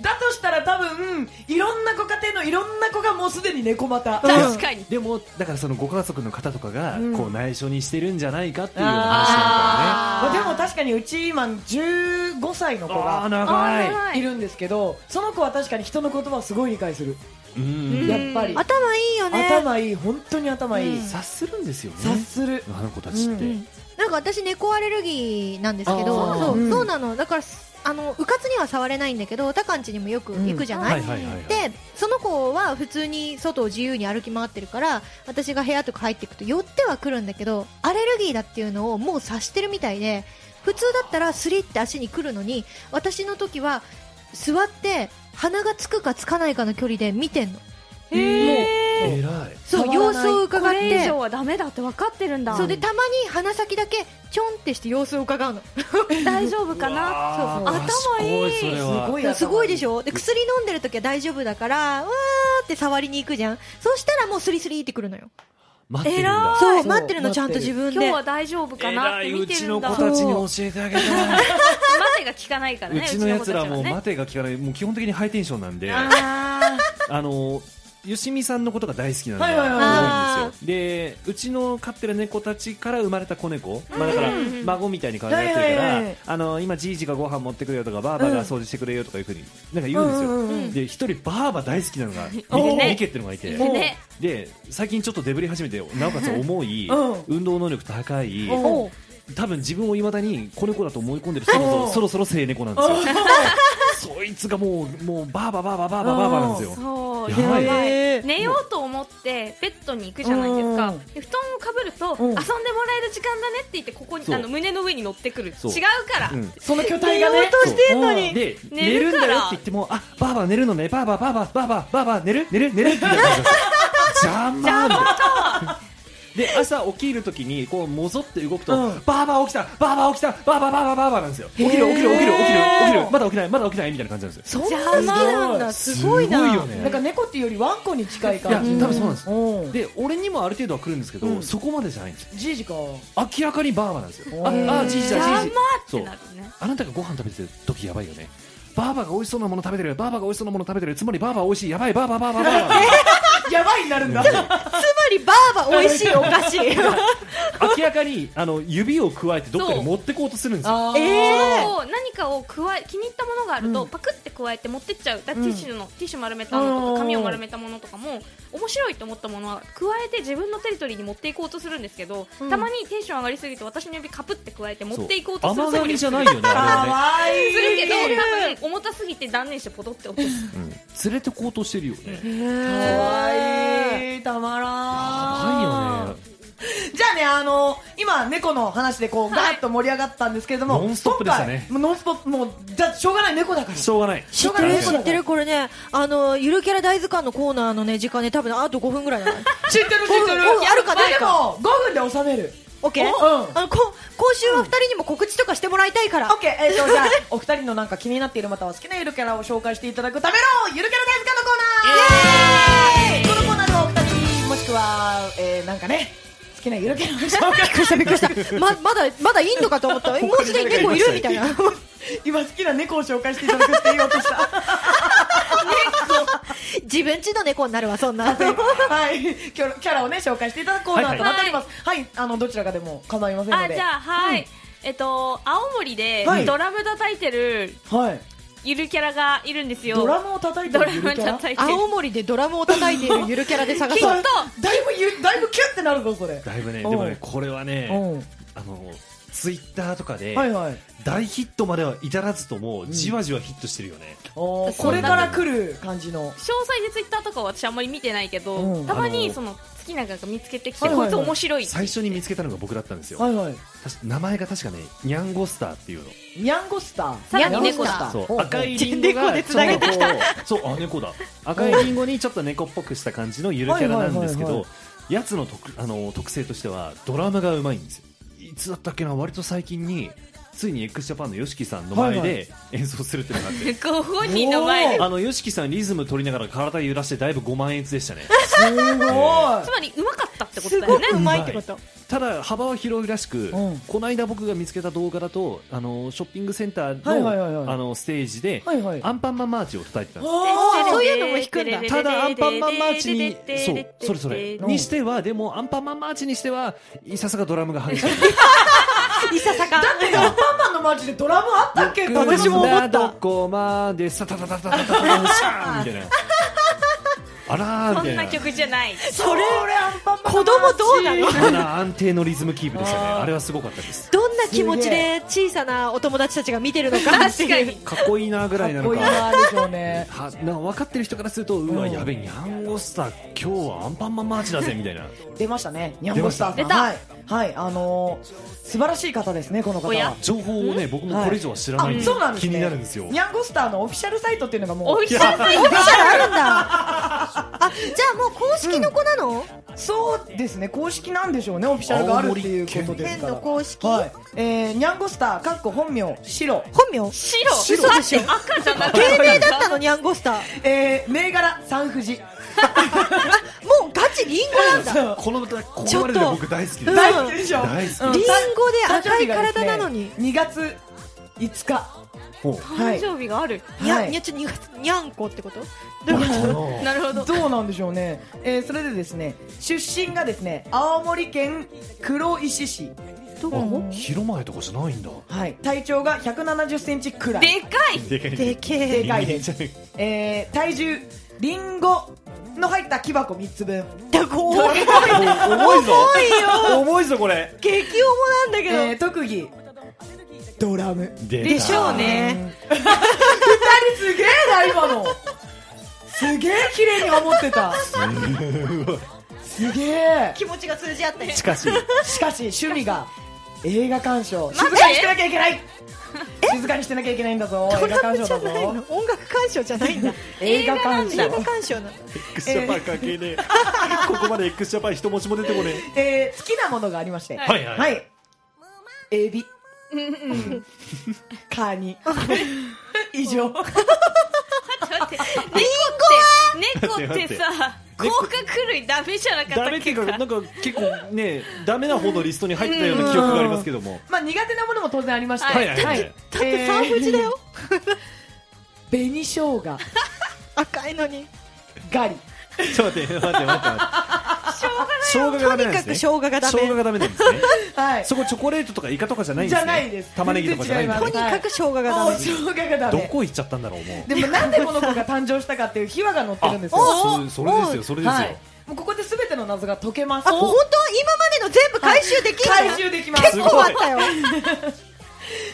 Speaker 2: だとしたら多分いろんなご家庭のいろんな子がもうすでに猫股
Speaker 4: 確かに。
Speaker 3: でもだからそのご家族の方とかが
Speaker 2: うん
Speaker 3: こう内緒にしてるんじゃないかっていう話なんだよね
Speaker 2: あーまあでも確かにうち今15歳の子
Speaker 3: あ
Speaker 2: が
Speaker 3: あ長い
Speaker 4: あー長
Speaker 2: いるんですけどその子は確かに人の言葉をすごい理解する
Speaker 3: うん
Speaker 2: やっぱり
Speaker 1: 頭いいよね
Speaker 2: 頭いい本当に頭いい
Speaker 3: 察するんですよね
Speaker 2: 察する
Speaker 3: あの子たちって、
Speaker 2: うん
Speaker 5: なんか私猫アレルギーなんですけ
Speaker 3: あ
Speaker 5: ど
Speaker 3: ー
Speaker 5: そう,、
Speaker 2: うん
Speaker 5: そうなのだからあのうかつには触れないんだけどタカんちにもよく行くじゃない、
Speaker 3: はいはいはいはい
Speaker 5: でその子は普通に外を自由に歩き回ってるから私が部屋とか入っていくと寄っては来るんだけどアレルギーだっていうのをもう察してるみたいで普通だったらスリって足に来るのに私の時は座って鼻がつくかつかないかの距離で見てんの
Speaker 3: 偉
Speaker 2: もう
Speaker 3: い
Speaker 5: そう様
Speaker 2: 触らない
Speaker 5: 子を伺っ
Speaker 4: これ以
Speaker 5: て
Speaker 4: 上はダメだって分かってるんだ。
Speaker 5: そうでたまに鼻先だけちょんってして様子を伺うの
Speaker 4: 大丈夫かな
Speaker 3: あ
Speaker 5: そう
Speaker 3: ー
Speaker 4: 頭い
Speaker 3: 賢
Speaker 4: い
Speaker 3: それ
Speaker 2: す
Speaker 3: は
Speaker 2: ごい頭
Speaker 5: すごいでしょで薬飲んでる時は大丈夫だからわーって触りに行くじゃんそしたらもうスリスリってくるのよ
Speaker 3: 待ってるんだ
Speaker 5: そう
Speaker 2: そう
Speaker 5: 待ってるのちゃんと
Speaker 2: 待って
Speaker 5: 自
Speaker 2: る
Speaker 5: 分
Speaker 4: 今日
Speaker 5: で
Speaker 4: は大丈夫かなっ
Speaker 3: 偉
Speaker 4: て
Speaker 3: い
Speaker 4: 見
Speaker 3: う
Speaker 4: て
Speaker 3: ち
Speaker 4: るん
Speaker 3: の
Speaker 4: だ。
Speaker 3: 子
Speaker 4: 待
Speaker 3: たちに教えてあげたい
Speaker 4: てが効かないから
Speaker 3: う
Speaker 4: ね、
Speaker 3: ちのやつら
Speaker 4: うちの
Speaker 3: も
Speaker 4: 子
Speaker 3: う
Speaker 4: たちはね
Speaker 3: 待てが聞かない、もう基本的にハイテンションなんで、あ
Speaker 2: あ
Speaker 3: の、よしみさんのことが大好きなの
Speaker 2: はいはい
Speaker 3: が
Speaker 1: は
Speaker 3: 多
Speaker 1: い
Speaker 3: いんですよ。で、うちの飼ってる猫たちから生まれた子猫、まあだから
Speaker 4: うんうんうん
Speaker 3: 孫みたいに可愛がってるか
Speaker 2: はいはいは
Speaker 3: ら
Speaker 2: い、
Speaker 3: あの、今じいじがご飯持ってくれよとか、ばあばが掃除してくれよとかいうふうに、なんか言うんですよ。
Speaker 2: ん
Speaker 3: で、一人ばあば大好きなのが、ミ
Speaker 2: お
Speaker 3: ケ
Speaker 2: ー
Speaker 3: ミケってのがいて
Speaker 2: お、ー
Speaker 4: ね。
Speaker 3: で、最近ちょっとデブり始めて、なおかつ重 い
Speaker 2: うん、
Speaker 3: 運動能力高い、
Speaker 2: うん
Speaker 4: おう
Speaker 3: 多分自分をいまだに子猫だと思い込んでる人こ
Speaker 2: うん
Speaker 3: そそろそろ性猫なんですよ。 そいつがもう、もう、バーバーバーバーバーバーバーバーなんですよ。
Speaker 4: そう
Speaker 3: やばい
Speaker 2: へー
Speaker 4: 寝ようと思ってベッドに行くじゃないですか
Speaker 2: うん
Speaker 4: で布団をかぶると
Speaker 2: うん
Speaker 4: 遊んでもらえる時間だねって言ってここに
Speaker 3: そう
Speaker 4: あの胸の上に乗ってくる違
Speaker 3: そう
Speaker 4: うから
Speaker 3: うん
Speaker 2: その巨体がね
Speaker 3: として
Speaker 2: んのに
Speaker 3: で、
Speaker 4: 寝
Speaker 3: 寝る
Speaker 4: る
Speaker 3: ん
Speaker 4: から
Speaker 3: だよって言っても、あ、バーバー寝るのね、バーバーバーバーバーバーバーバー寝る寝る寝るって言ってたんですよ邪魔みたいなで、朝起きるときに、こう、もぞって動くと、
Speaker 2: うん
Speaker 3: バーバー起きたバーバー起きたバーバーバーバーバーバーなんですよ。起きる起きる起きる起きる起きるまだ起きないまだ起きないみたいな感じなんですよ。
Speaker 2: そん
Speaker 1: 邪魔なんだすごいな
Speaker 3: すごいよね
Speaker 2: なんか猫っていうよりワンコに近い
Speaker 3: いや、
Speaker 2: 感じ
Speaker 3: 多分そうなんです。
Speaker 2: うん
Speaker 3: で、俺にもある程度は来るんですけど、
Speaker 2: うん
Speaker 3: そこまでじゃないんですよ。
Speaker 2: じいじか
Speaker 3: 明らかにバーバーなんですよ。
Speaker 2: おー
Speaker 3: あ、あ、じいじだ、
Speaker 4: 邪
Speaker 3: じ
Speaker 4: 魔
Speaker 3: い
Speaker 4: っ
Speaker 3: じ。そ
Speaker 4: て
Speaker 3: う
Speaker 4: な。るね
Speaker 3: あなたがご飯食べてる時やばいよね。バーバーが美味しそうなもの食べてる。バーバーが美味しそうなもの食べてる。つまりバーバー美味しい。やばい、バーバーバーバーバーバ
Speaker 2: やばいになるんだ
Speaker 3: ー。
Speaker 1: つまりばあば美味しいお菓子
Speaker 3: 明らかに、あの、指を加えてどっかに持ってこうとするんですよ。
Speaker 2: あ
Speaker 1: え
Speaker 4: そう何かを加え気に入ったものがあると、
Speaker 2: うん
Speaker 4: パクって加えて持ってっちゃうだから
Speaker 2: うん
Speaker 4: ティッシュの、ティッシュ丸めたのと
Speaker 2: うん
Speaker 4: か紙を丸めたものとかも面白いと思ったものは加えて自分のテリトリーに持っていこうとするんですけど、
Speaker 5: うん
Speaker 4: たまにテンション上がりすぎて私の指カプって加えて持
Speaker 3: そう
Speaker 4: っていこうとする
Speaker 3: 甘
Speaker 4: そ
Speaker 3: が
Speaker 4: ぶり
Speaker 3: みじゃない
Speaker 4: す
Speaker 3: よね、あれはね。
Speaker 2: わい
Speaker 4: るけど多分重たすぎて断念してポトって落とす
Speaker 3: うん連れてこうとしてるよね。
Speaker 2: かわいいたまらん
Speaker 3: やばいよね。
Speaker 2: じゃあねあの今猫の話でこうガ
Speaker 4: はい
Speaker 2: ーッと盛り上がったんですけれども
Speaker 3: ノンストップでしたね
Speaker 2: 今回もうノンストップもうだしょうがない猫だから
Speaker 3: しょうがない。
Speaker 2: し
Speaker 1: 知
Speaker 2: ょう
Speaker 1: っ
Speaker 2: が
Speaker 1: て
Speaker 2: ない
Speaker 1: る
Speaker 2: 猫
Speaker 1: 知
Speaker 2: だ
Speaker 1: っ
Speaker 2: か
Speaker 1: て
Speaker 2: ら
Speaker 1: るこれねあのゆるキャラ大図鑑のコーナーのね時間ね多分あと5分ぐらい だから
Speaker 2: 知ってる知ってる
Speaker 1: おおあるかない
Speaker 2: で
Speaker 1: か
Speaker 2: も5分で収める
Speaker 1: OK?
Speaker 2: おうん
Speaker 1: あのこ今週は2人にも告知とかしてもらいたいから
Speaker 2: オッケー、えーと、じゃあ、お二人のなんか気になっているまたは好きなゆるキャラを紹介していただくための、ゆるキャラ大図鑑のコーナーこのコーナーではお二人、もしくは、えー、なんかね、好きなゆるキャラを紹介
Speaker 1: びっくりしたびっくりしたままだまだいいのかと思 ったえもうすでに猫いるみたいな
Speaker 2: 今好きな猫を紹介していただくって言おうとした。
Speaker 1: 自分ちの猫になるわそんな
Speaker 2: はい、キャラキャラをね、紹介していただくコーナーとなっております。はい、あの、どちらかでも構いませんの
Speaker 4: あ
Speaker 2: で。
Speaker 4: じゃあはい、えっと青森で
Speaker 2: はい
Speaker 4: ドラム叩いてる
Speaker 2: はい。
Speaker 4: ゆるキャラがいるんですよ
Speaker 2: ドラムを叩いて
Speaker 4: ド
Speaker 2: る
Speaker 4: ラ
Speaker 2: ゆる
Speaker 4: ム
Speaker 2: キャラ
Speaker 4: 叩いてる
Speaker 1: 青森でドラムを叩いているゆるキャラで探
Speaker 2: きっ
Speaker 1: そう
Speaker 2: とだいぶゆ、だいぶキュッてなるぞ、それ。
Speaker 3: だいぶね、で
Speaker 2: おう
Speaker 3: もね、これはね、
Speaker 2: うん。
Speaker 3: あの、ツイッターとかで、
Speaker 2: はいはい。
Speaker 3: 大ヒットまでは至らずとも、じわじわヒットしてるよね。
Speaker 2: おー
Speaker 4: そ
Speaker 2: こ
Speaker 4: ん
Speaker 2: れ
Speaker 4: な
Speaker 2: から来る感じの。
Speaker 4: 詳細でツイッターとかは私あんまり見てないけど、
Speaker 2: うん
Speaker 4: たま
Speaker 3: あ
Speaker 4: に
Speaker 3: の
Speaker 4: そのきなが見つけてきて、
Speaker 2: はいはいはい
Speaker 4: こいつ面白いって
Speaker 3: 最初に見つけたのが僕だったんですよ、
Speaker 2: はいはい。
Speaker 3: 確か名前が確かねニャンゴスターっていうの
Speaker 2: ニャンゴスター。
Speaker 4: さらに猫
Speaker 2: ニャンゴスタ
Speaker 4: だ
Speaker 2: ー
Speaker 3: そ
Speaker 2: ほう
Speaker 3: う
Speaker 2: ほう
Speaker 3: 赤いリンゴがちょっとこうそうあ猫だ赤いリンゴにちょっと猫っぽくした感じのゆるキャラなんですけ
Speaker 2: はいはい
Speaker 3: どやつの特あの特性としてはドラムがうまいんですよいつだったっけな割と最近についに x ジャパンの YOSHIKI さんの前
Speaker 2: はいは
Speaker 3: で演奏するっていうのがあって
Speaker 4: ご本人の前で
Speaker 3: あの YOSHIKI さんリズム取りながら体揺らしてだいぶ5万円でしたね
Speaker 2: すごい。
Speaker 4: つまりうまかったってこと
Speaker 5: す
Speaker 4: だよ
Speaker 5: ご
Speaker 4: ね
Speaker 5: くうまいってこと
Speaker 3: ただ幅は広いらしく、
Speaker 2: うん
Speaker 3: この間僕が見つけた動画だとあのショッピングセンターの,、
Speaker 2: はいはいはいはい
Speaker 3: あのステージで、
Speaker 2: はいはい。
Speaker 3: アンパンマンマーチを叩いてたんです
Speaker 2: あ
Speaker 1: そういうのも弾くんだ
Speaker 3: ただアンパンマンマーチにそうそれそれ
Speaker 2: うん
Speaker 3: にしてはでもアンパンマンマーチにしてはいささかドラムが激しい
Speaker 1: いささか
Speaker 2: ーアンパンマンの街でドラムあったっけ私も思っ
Speaker 3: ど
Speaker 2: た。
Speaker 3: こまでさたたたたたたたシャーンみたいなあらー
Speaker 4: そ
Speaker 3: みた
Speaker 4: ん
Speaker 3: い
Speaker 4: な
Speaker 3: な
Speaker 4: 曲じゃない
Speaker 2: それ俺アンパンマン
Speaker 1: 子供どうなの
Speaker 3: あんな安定のリズムキープでしたね
Speaker 2: あー
Speaker 3: あれはすごかったです
Speaker 1: どんな気持ちで小さなお友達たちが見てるのかって
Speaker 4: 確か
Speaker 1: いう
Speaker 4: に
Speaker 3: かっこいいなぐらいな
Speaker 2: かっこ
Speaker 3: の
Speaker 2: いいな
Speaker 3: か
Speaker 2: でしょうね。
Speaker 3: はなんか分かってる人からするとうわ
Speaker 2: うん
Speaker 3: やべえニャンゴスター今日はアンパンマンマーチだぜみたいな
Speaker 2: 出ましたね。ニャンゴスターさん。
Speaker 4: 出ました
Speaker 2: はい。はい、あのー、素晴らしい方ですね、この方
Speaker 4: おや
Speaker 2: は。
Speaker 3: 情報をね僕もこれ以上は知ら
Speaker 2: あ
Speaker 3: ないん、で
Speaker 2: そうなんです
Speaker 3: 気
Speaker 2: ね。
Speaker 3: になるんですよ
Speaker 2: ニャンゴスターのオフィシャルサイトっていうのがもう。
Speaker 4: オフィシャルサイ
Speaker 5: オフィシャルあるんだあじゃあもう公式の子なの、
Speaker 2: そうですね、公式なんでしょうね、オフィシャルがあるっていうことで
Speaker 5: 県
Speaker 2: すから。
Speaker 5: の公式、
Speaker 2: はい。えー、ニャンゴスター、かっこ本名、シロ。
Speaker 5: 本名
Speaker 4: 白
Speaker 2: 白
Speaker 4: だって赤じゃなか
Speaker 1: 芸名だ
Speaker 4: っ
Speaker 1: ったのにゃんごスター
Speaker 2: えー、銘柄、サンフジ。
Speaker 1: もうガチリンゴなんだ
Speaker 2: そう
Speaker 3: この歌ここまでで僕大好きです
Speaker 2: 大好きでしょ。
Speaker 3: 大好
Speaker 2: うん
Speaker 1: リンゴで赤い体なのに。
Speaker 2: 2月5日。
Speaker 3: ほう
Speaker 4: た誕生日がある
Speaker 1: にゃ
Speaker 2: は
Speaker 1: ん
Speaker 2: い
Speaker 1: にゃちょにゃにゃんこってこと
Speaker 4: なるほど
Speaker 2: どうなんでしょうね。えー、それでですね、出身がですね、青森県黒石市。
Speaker 5: ど
Speaker 3: あ広前とかじゃないんだ
Speaker 2: はい。体長が170センチくらい。
Speaker 4: でかい
Speaker 3: でかい
Speaker 1: でけ
Speaker 2: で
Speaker 1: え
Speaker 2: かいです。えー、体重、リンゴの入った木箱3つ分。
Speaker 1: だ こ重いよ
Speaker 3: 重いぞ重いぞこれ
Speaker 1: 激重なんだけど、
Speaker 2: えー、特技、ドラム。
Speaker 3: で
Speaker 1: でしょうね
Speaker 2: 二人すげえな今のすげえ綺麗に守ってたすげえ
Speaker 1: 気持ちが通じ合ったり
Speaker 3: しかし
Speaker 2: しかし趣味が映画鑑賞静
Speaker 4: 待
Speaker 2: か
Speaker 4: って
Speaker 2: にしてなきゃいけない静かにしてなきゃいけないんだぞ映画鑑賞
Speaker 1: じゃ
Speaker 2: だ
Speaker 1: ないの
Speaker 2: ぞ
Speaker 1: 音楽鑑賞じゃないんだ
Speaker 2: 映画鑑
Speaker 1: 映
Speaker 2: 賞
Speaker 1: 画鑑賞なんだ
Speaker 3: X ジャパン関係ねえここまで X ジャパン一文字も出てこね
Speaker 2: えー、好きなものがありまして
Speaker 4: はい
Speaker 3: はいはい
Speaker 2: エビ
Speaker 4: うんうん
Speaker 2: カニ以上
Speaker 4: 猫って猫ってさ甲殻類ダメじゃなか
Speaker 3: ダメ
Speaker 4: った
Speaker 3: っ
Speaker 4: って
Speaker 3: い
Speaker 4: け
Speaker 3: うかなんか
Speaker 4: か
Speaker 3: 結構ねダメな方のリストに入ってたような記憶がありますけども
Speaker 2: まあ苦手なものも当然ありまして
Speaker 4: はい
Speaker 3: はいはい
Speaker 1: だってサンフジだよ、
Speaker 2: えー紅生姜
Speaker 1: 赤いのに
Speaker 2: ガリ
Speaker 3: ちょっと待って待って待って待ってしょうが
Speaker 1: とに
Speaker 3: がダ
Speaker 1: か
Speaker 3: メなん
Speaker 1: く生
Speaker 3: ですね
Speaker 1: 姜がダ
Speaker 3: 生姜
Speaker 1: メ
Speaker 3: がダメなんですね
Speaker 2: はい
Speaker 3: そこチョコレートとかイカとかじゃないんですね
Speaker 2: じゃないです
Speaker 3: 玉ねぎとかじゃないんです
Speaker 1: と
Speaker 3: ね
Speaker 2: 全
Speaker 1: に
Speaker 2: 然
Speaker 1: かく生姜がダ
Speaker 2: もう
Speaker 1: メ
Speaker 2: 生姜がダ
Speaker 3: ど
Speaker 2: メ
Speaker 3: こ行っちゃったんだろうもう
Speaker 2: でもなんでこの子が誕生したかっていう秘話が載ってるんですよ
Speaker 3: そうそれですよそれですよ
Speaker 2: はいもうここで全ての謎が解けます
Speaker 1: あ本当今までの全部回収できる
Speaker 2: 回収できます
Speaker 1: 結構あったよ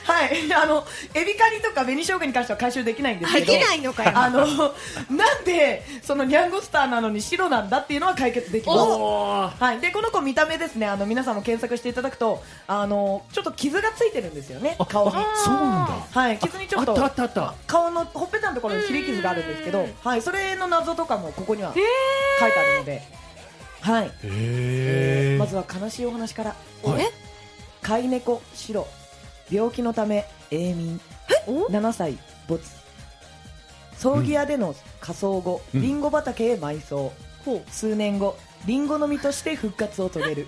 Speaker 2: はい あのエビカニとか紅生姜に関しては回収できないんですけ
Speaker 1: で
Speaker 2: ど
Speaker 1: きないのかよ
Speaker 2: あのなんでそのニャンゴスターなのに白なんだっていうのは解決できます
Speaker 3: おー
Speaker 2: はい、でこの子見た目ですねあの皆さんも検索していただくとあのちょっと傷がついてるんですよね
Speaker 3: あ
Speaker 2: 顔に
Speaker 3: あそうなんだ
Speaker 2: はい傷にちょっ
Speaker 3: あったあ
Speaker 2: と
Speaker 3: ったあった
Speaker 2: 顔のほっぺたのところに切り傷があるんですけど、はい、それの謎とかもここには書いてあるので、はい、
Speaker 3: へ
Speaker 2: まずは悲しいお話から
Speaker 3: はい
Speaker 2: 飼い猫白病気のため永眠7歳没葬儀屋での火葬後、
Speaker 3: うん
Speaker 2: リンゴ畑へ埋葬、数年後リンゴの実として復活を遂げる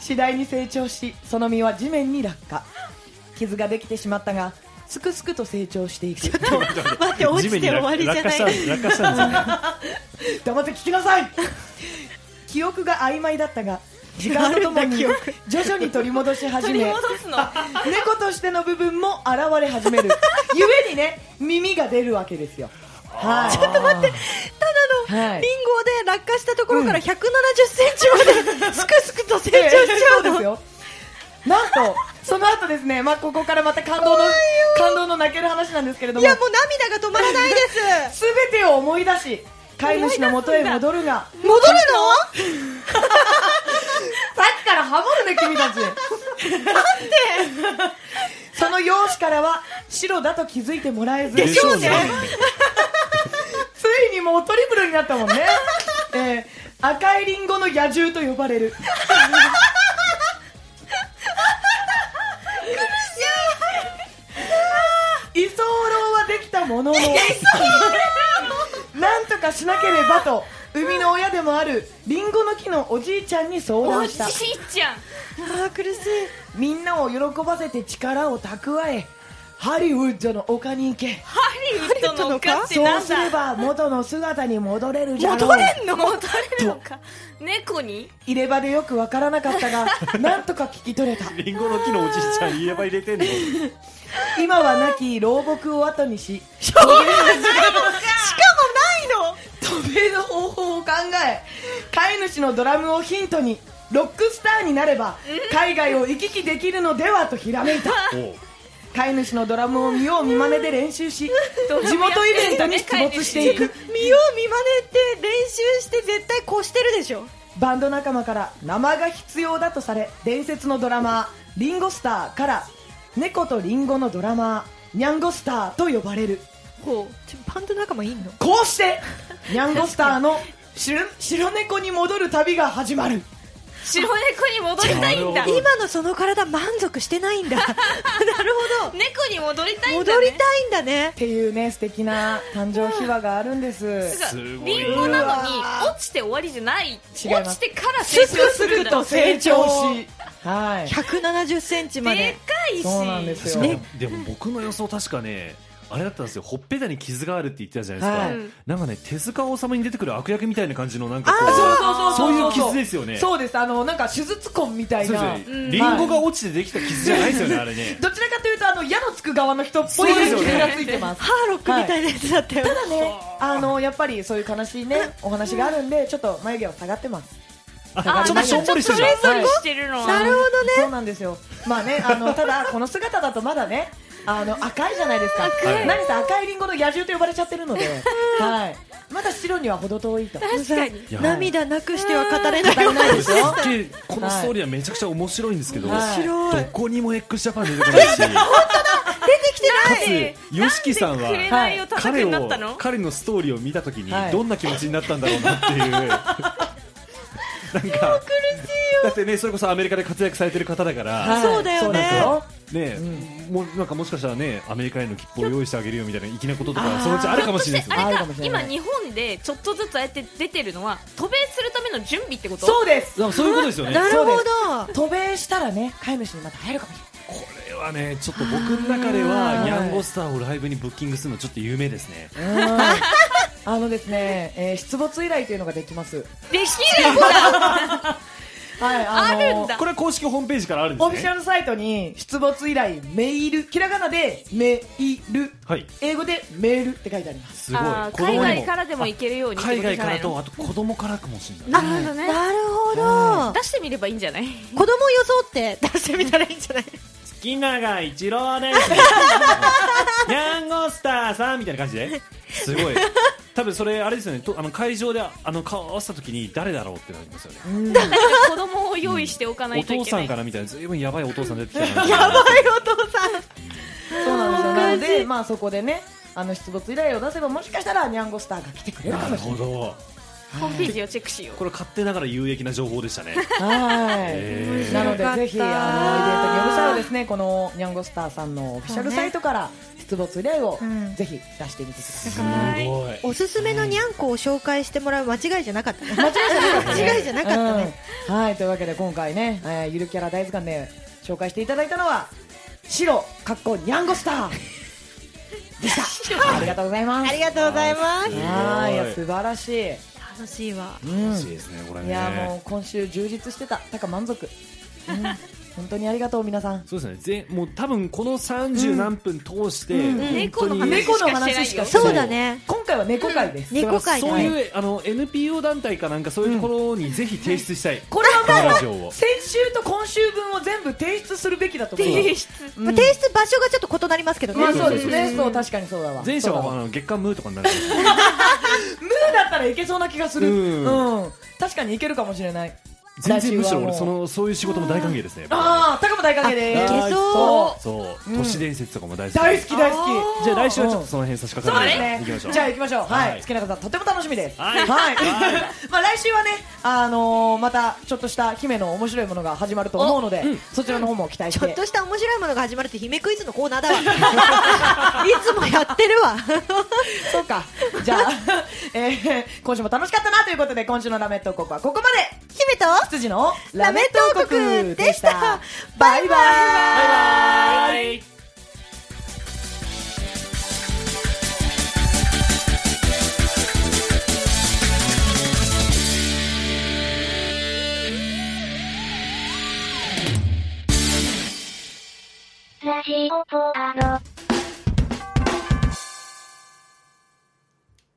Speaker 2: 次第に成長しその実は地面に落下傷ができてしまったがすくすくと成長していく
Speaker 1: 待って落
Speaker 3: 地
Speaker 1: ちて終
Speaker 3: 面に落
Speaker 1: わりじゃない
Speaker 3: 落下したんです落下したんですよね
Speaker 2: 黙って聞きなさい記憶が曖昧だったが時間とともに徐々に取り戻し始
Speaker 4: 取り
Speaker 2: め
Speaker 4: 戻すの
Speaker 2: 猫としての部分も現れ始めるゆえにね耳が出るわけですよはいちょっと待って
Speaker 1: ただの
Speaker 2: はい
Speaker 1: リンゴで落下したところから170センチまですくすくと成長しちゃう
Speaker 2: そう
Speaker 1: の
Speaker 2: ですよなんとその後ですねまあここからまた感動の感動の泣ける話なんですけれど
Speaker 1: い
Speaker 2: も
Speaker 1: やもう涙が止まらないです
Speaker 2: すべてを思い出し飼い主の元へ戻るが
Speaker 1: 戻るの
Speaker 2: からハモるね君たちなんでその容姿からは白だと気づいてもらえず
Speaker 3: でしょうね
Speaker 2: ついにもうトリプルになったもんね、えー赤いリンゴの野獣と呼ばれる居候はできたもののなんとかしなければと生みの親でもあるリンゴの木のおじいちゃんに相
Speaker 4: お
Speaker 2: 談
Speaker 4: じ
Speaker 2: した
Speaker 4: いちゃん
Speaker 2: あー苦しいみんなを喜ばせて力を蓄えハリウッドの丘に行け
Speaker 4: ハリウッドの丘って
Speaker 2: そう
Speaker 4: なん
Speaker 2: すれ
Speaker 4: だ
Speaker 2: ば元の姿に戻れるじゃろう
Speaker 4: 戻れんの戻れるのか猫に
Speaker 2: 入れ歯でよくわからなかった がなんとか聞き取れた
Speaker 3: リンゴの木のおじいちゃん言えば入れてんの
Speaker 2: 今は亡き老木を後にししかもないの渡米の方法を考え飼い主のドラムをヒントにロックスターになれば海外を行き来できるのではとひらめいた
Speaker 3: おう
Speaker 2: 飼い主のドラムを見よう見まねで練習し
Speaker 4: ドラムや
Speaker 2: 地元イベントに出没していく
Speaker 1: 見よう見まねって練習して絶対越してるでしょ
Speaker 2: バンド仲間から生が必要だとされ伝説のドラマーリンゴスターから猫とリンゴのドラマーニャンゴスターと呼ばれる
Speaker 5: ほうちょバンド仲間いんの
Speaker 2: こう してニャンゴスターの白白猫に戻る旅が始まる
Speaker 4: 白猫に戻りたいん
Speaker 3: なる
Speaker 4: だ
Speaker 3: ほど
Speaker 1: 今のその体満足してないんだ なるほ
Speaker 4: 猫に戻りた
Speaker 1: ど
Speaker 4: いんだ、ね、
Speaker 1: 戻りたいんだね
Speaker 2: っていうね素敵な誕生秘話があるんです
Speaker 4: なんか
Speaker 3: すごい
Speaker 4: リンゴなのに落ちて終わりじゃない
Speaker 2: 違います
Speaker 4: 落ちてから成長するんだ
Speaker 1: すくすく
Speaker 2: 成長しはい
Speaker 1: 1 7 0ンチま
Speaker 4: で
Speaker 1: で
Speaker 4: かいし
Speaker 2: そうなんですよ、
Speaker 3: ね、でも僕の予想確かねあれだったんですよほっぺたに傷があるって言ってたじゃないですか、
Speaker 2: はい
Speaker 3: なんかね手塚治虫に出てくる悪役みたいな感じのなんかこ
Speaker 2: あそうそうそ
Speaker 3: うそ
Speaker 2: うう
Speaker 3: い
Speaker 2: そう
Speaker 3: 傷ですよね
Speaker 2: そうですあのなんか手術痕みたい
Speaker 3: そうですよ
Speaker 2: な
Speaker 3: ね
Speaker 4: うん
Speaker 3: リンゴが落ちてできた傷じゃないですよね、あ れね
Speaker 2: どちらかというとあの矢のつく側の人っぽい
Speaker 3: そうですよ
Speaker 2: 傷
Speaker 3: ね
Speaker 2: がついてます
Speaker 1: ハーロックみたいなやつだったよ、
Speaker 2: ただね、あのやっぱりそういう悲しいね、お話があるんで、ちょっと眉毛は下がってます。
Speaker 3: あちょっとしょんぼりしてる
Speaker 4: そ
Speaker 3: じゃん
Speaker 4: れぞれしてるのは、
Speaker 1: なるほどね
Speaker 2: そうなんですよ。まあね、あのただこの姿だとまだね、あの赤いじゃないですか。
Speaker 3: 赤い
Speaker 2: 何せ赤いリンゴの野獣と呼ばれちゃってるので、 はい。まだ白には程遠いと。
Speaker 4: 確かに
Speaker 3: いや
Speaker 1: 涙なくしては語れない
Speaker 2: 語れないですよ。
Speaker 3: すっげえこのストーリーはめちゃくちゃ面白いんですけど、
Speaker 2: はい
Speaker 1: 白い
Speaker 3: どこにも x ジャパン出てこないし
Speaker 1: 出てきてない
Speaker 3: か
Speaker 4: なんで
Speaker 3: つ YOSHIKI さんは
Speaker 4: 紅を叩く
Speaker 3: 彼
Speaker 4: ようになった
Speaker 3: を
Speaker 4: の
Speaker 3: 彼のストーリーを見たときに
Speaker 2: はい
Speaker 3: どんな気持ちになったんだろうなっていう、なんかだってねそれこそアメリカで活躍されてる方だから、
Speaker 2: はい
Speaker 1: そうだよね
Speaker 2: そうですよ
Speaker 3: ねもうなんかもしかしたらねアメリカへの切符を用意してあげるよみたいな粋なこととかそのうちあるかもしれないですよ
Speaker 4: あ
Speaker 3: ね
Speaker 2: あ
Speaker 4: れ
Speaker 2: る
Speaker 4: か
Speaker 2: かもしれ
Speaker 4: 今
Speaker 2: ない
Speaker 4: 日本でちょっとずつああやって出てるのは渡米するための準備ってこと
Speaker 2: そうです。
Speaker 3: そういうことですよね
Speaker 1: なるほど
Speaker 2: 渡米したらね、飼い主にまた会えるかもし
Speaker 3: これはねちょっと僕の中ではヤンゴスターをライブにブッキングするのちょっと有名ですね
Speaker 2: れない。うん あのですね、えー出没依頼というのができます。
Speaker 4: できるんだ
Speaker 2: はい、
Speaker 4: あ
Speaker 2: の
Speaker 4: るんだ
Speaker 3: これは公式ホームページからあるんで
Speaker 2: オフ
Speaker 3: す
Speaker 2: ィシ
Speaker 3: ね
Speaker 2: ャルサイトに出没依頼メールひらがなでメール
Speaker 3: はい
Speaker 2: 英語でメールって書いてあります
Speaker 3: すごい
Speaker 4: あー
Speaker 3: 子供に
Speaker 4: 海
Speaker 3: も
Speaker 4: 外からでも行けるようにって
Speaker 3: 海
Speaker 4: こと
Speaker 3: 外
Speaker 4: じゃ
Speaker 3: か
Speaker 4: な
Speaker 3: ら
Speaker 4: いの
Speaker 3: とあと子供からかもし れない
Speaker 4: なるほどね
Speaker 1: なるほど、
Speaker 4: 出してみればいいんじゃない
Speaker 1: 子供を装って出してみたらいいんじゃない
Speaker 3: 月永一郎です。ニャンゴスターさんみたいな感じで。すごい。多分それあれですよね。とあの会場であの顔を合わせた時に誰だろうってなりますよね。
Speaker 4: 子供を用意しておかな
Speaker 3: お
Speaker 4: いとい
Speaker 3: 父
Speaker 4: け
Speaker 3: さ
Speaker 4: ない、
Speaker 3: んからみたいなずいぶんやばいお父さん出てきたな。
Speaker 1: お父さん
Speaker 2: そうなんですよなのでまあそこでねあの出没依頼を出せばもしかしたらニャンゴスターが来てくれるか
Speaker 3: な
Speaker 2: も
Speaker 3: る
Speaker 2: しれ
Speaker 3: ほ
Speaker 2: ない
Speaker 3: ど。
Speaker 4: ホームページをチェックしよう
Speaker 3: これ勝手ながら有益な情報で したね。
Speaker 2: はい、
Speaker 3: へー
Speaker 2: なので
Speaker 1: よかった
Speaker 2: ぜひあのイベントに呼ぶ際はですねこのニャンゴスターさんのオフィシャルサイトから出没依頼を
Speaker 5: うん
Speaker 2: ぜひ出してみてください、
Speaker 3: す
Speaker 4: はい
Speaker 3: ごい。
Speaker 5: おすすめのにゃんこを紹介してもらう間違いじゃなかったね
Speaker 2: 間違いじゃなかったね
Speaker 5: 間違いじゃなかったね、
Speaker 2: うんはいというわけで今回ね、えーゆるキャラ大図鑑で紹介していただいたのは白かっこニャンゴスターでしたありがとうございます
Speaker 1: ありがとうございます
Speaker 2: はいいや
Speaker 3: す
Speaker 2: 素晴らしい、
Speaker 5: 楽しいわ
Speaker 2: う
Speaker 3: ごい。
Speaker 2: ん
Speaker 3: 嬉しいですねこれ
Speaker 2: いやも
Speaker 3: ね。
Speaker 2: う今週充実してたたか満足、うん本当にありがとう皆さん
Speaker 3: そうですね。ぜもう多分この三十何分通して
Speaker 2: うん
Speaker 3: 本
Speaker 4: 猫
Speaker 3: 当
Speaker 4: の
Speaker 3: に
Speaker 4: 話しかして
Speaker 2: 猫の話
Speaker 4: ない
Speaker 2: し
Speaker 4: よ
Speaker 2: か
Speaker 5: そうだね
Speaker 2: 今回は猫会です、
Speaker 5: うん猫会だね
Speaker 3: そういうあの NPO 団体かなんかそういうところにぜひ提出したい。
Speaker 2: これ
Speaker 3: このラ
Speaker 2: は
Speaker 3: ジオ
Speaker 2: も
Speaker 3: を
Speaker 2: う先週と今週分を全部提出するべきだと思う
Speaker 4: 提出
Speaker 2: うん
Speaker 5: まあ提出場所がちょっと異なりますけどね、
Speaker 2: まあそうですねそう確かにそうだわ
Speaker 3: 前者
Speaker 2: そうだわ
Speaker 3: はあの月刊ムーとかになる
Speaker 2: ムーだったらいけそうな気がする、
Speaker 3: う
Speaker 2: うん確かにいけるかもしれない
Speaker 3: 全然むしろ
Speaker 2: ラ
Speaker 3: 俺
Speaker 2: ジオはもう
Speaker 3: そのそういう仕事も大歓迎ですね
Speaker 2: ああ、高も大歓迎で
Speaker 3: あ
Speaker 2: す。
Speaker 3: いけ
Speaker 2: そ
Speaker 3: そう、
Speaker 2: うん
Speaker 3: 都市伝説とかも大好き
Speaker 2: 大好き大好
Speaker 3: じゃあ来週はちょっとその辺差し掛か
Speaker 2: そうで
Speaker 3: る
Speaker 2: すね
Speaker 3: いきましょ
Speaker 2: き。
Speaker 3: う
Speaker 2: じゃあ行きましょう。は
Speaker 3: はい
Speaker 2: い。月中さんとても楽しみです。
Speaker 3: はい は
Speaker 2: はい。まあ来週はね、あのーまたちょっとした姫の面白いものが始まると思うので、そちらの方も期待し。
Speaker 1: ちょってとした面白いものが始まるって姫クイズのコーナー だわいつもやって るわ
Speaker 2: そうか。じゃあ、 えー今週も楽しかったなということで、今週のラメット王国はここまで
Speaker 1: 姫と
Speaker 2: 羊の
Speaker 1: ラ
Speaker 2: ラ
Speaker 1: メ
Speaker 2: メ
Speaker 1: ッ
Speaker 2: ッ
Speaker 1: ト
Speaker 2: ト
Speaker 1: 王
Speaker 2: 王
Speaker 1: 国で
Speaker 2: 国で
Speaker 1: し
Speaker 2: したた。バイバイ
Speaker 3: バイバイ
Speaker 6: ラジオポアド。